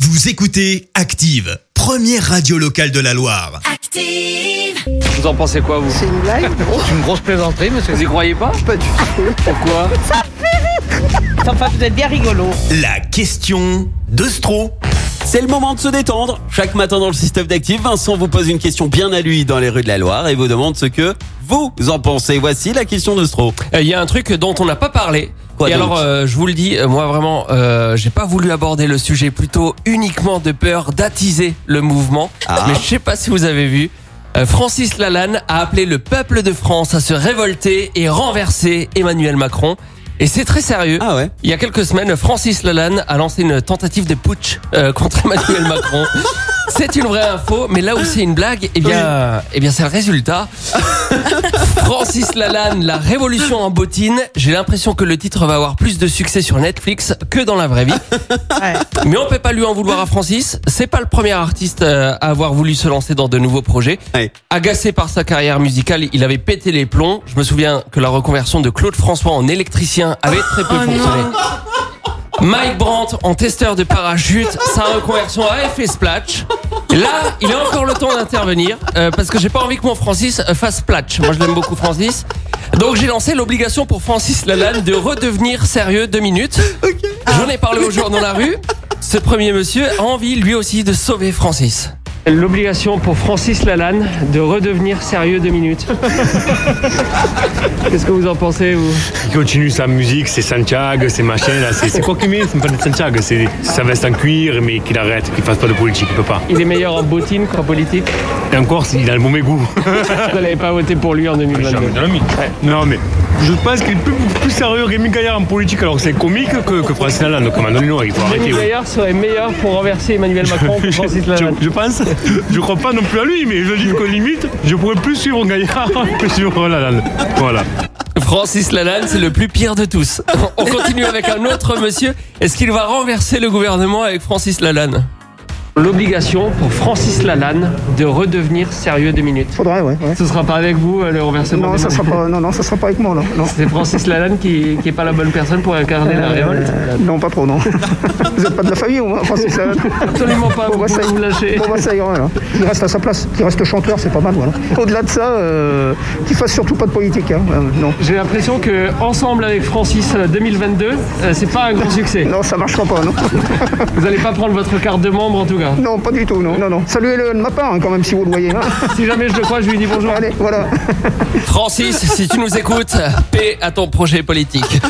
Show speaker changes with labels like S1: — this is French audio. S1: Vous écoutez Active, première radio locale de la Loire.
S2: Active!
S3: Vous en pensez quoi, vous
S4: C'est une blague
S3: C'est une grosse plaisanterie, monsieur. Vous y croyez pas
S4: Pas du tout.
S3: Pourquoi
S4: Enfin, vous êtes bien rigolo.
S1: La question de Stro.
S5: C'est le moment de se détendre. Chaque matin dans le système d'actifs, Vincent vous pose une question bien à lui dans les rues de la Loire et vous demande ce que vous en pensez. Voici la question de Stro.
S6: Euh, Il y a un truc dont on n'a pas parlé.
S5: Quoi
S6: et
S5: donc
S6: alors, euh, je vous le dis, euh, moi vraiment, euh, j'ai pas voulu aborder le sujet plutôt uniquement de peur d'attiser le mouvement.
S5: Ah.
S6: Mais je sais pas si vous avez vu, euh, Francis Lalanne a appelé le peuple de France à se révolter et renverser Emmanuel Macron. Et c'est très sérieux.
S5: Ah ouais
S6: Il y a quelques semaines, Francis Lalanne a lancé une tentative de putsch euh, contre Emmanuel Macron. C'est une vraie info, mais là où c'est une blague, eh bien, eh bien c'est le résultat. Francis Lalanne, la révolution en bottine. J'ai l'impression que le titre va avoir plus de succès sur Netflix que dans la vraie vie.
S4: Ouais.
S6: Mais on peut pas lui en vouloir à Francis. C'est pas le premier artiste euh, à avoir voulu se lancer dans de nouveaux projets.
S5: Ouais.
S6: Agacé par sa carrière musicale, il avait pété les plombs. Je me souviens que la reconversion de Claude François en électricien avait très peu fonctionné. Mike Brandt en testeur de parachute, sa reconversion a fait splash. Là, il a encore le temps d'intervenir euh, parce que j'ai pas envie que mon Francis euh, fasse splash. Moi, je l'aime beaucoup Francis. Donc j'ai lancé l'obligation pour Francis Lalanne de redevenir sérieux deux minutes. J'en ai parlé aux joueurs dans la rue. Ce premier monsieur a envie lui aussi de sauver Francis. L'obligation pour Francis Lalanne de redevenir sérieux deux minutes. Qu'est-ce que vous en pensez, vous
S7: Il continue sa musique, c'est Santiago, c'est machin, là, c'est c'est quoi qu'il met C'est pas de Santiago, c'est sa veste en cuir, mais qu'il arrête, qu'il fasse pas de politique, il peut pas.
S6: Il est meilleur en bottine qu'en politique.
S7: Et encore, il a le mauvais goût.
S6: Vous n'avez pas voté pour lui en
S7: Non, mais je pense qu'il est plus, plus sérieux Rémi Gaillard en politique, alors que c'est comique que, que Francis Lalanne, donc à un moment donné, non, il faut arrêter. oui.
S6: serait meilleur pour renverser Emmanuel Macron que Francis
S7: Je, je pense, je crois pas non plus à lui, mais je dis que limite, je pourrais plus suivre Gaillard que suivre Lalanne. Voilà.
S6: Francis Lalanne, c'est le plus pire de tous. On continue avec un autre monsieur. Est-ce qu'il va renverser le gouvernement avec Francis Lalanne L'obligation pour Francis Lalanne de redevenir sérieux deux minutes.
S4: Faudrait, ouais. ouais.
S6: Ce sera pas avec vous euh, le renversement.
S4: Non, ça sera pas, non, non, ça sera pas avec moi, là. Non,
S6: C'est Francis Lalanne qui, qui est pas la bonne personne pour incarner la révolte.
S4: Euh, non pas trop, non. vous êtes pas de la famille, au moins, Francis Lalanne
S6: Absolument pas.
S4: Bon, bah, ça,
S6: lâcher.
S4: bon, bah, ça ira, là. Il reste à sa place. Il reste chanteur, c'est pas mal, voilà. Au-delà de ça, euh, qu'il fasse surtout pas de politique, hein. Euh, non.
S6: J'ai l'impression que ensemble avec Francis euh, 2022, euh, c'est pas un grand succès.
S4: Non, ça marchera pas, non.
S6: Vous allez pas prendre votre carte de membre en tout cas.
S4: non, pas du tout, non. Non, non. Saluez-le de ma part, hein, quand même, si vous le voyez, là.
S6: Si jamais je le crois, je lui dis bonjour.
S4: Allez, voilà.
S6: Francis, si tu nous écoutes, paix à ton projet politique.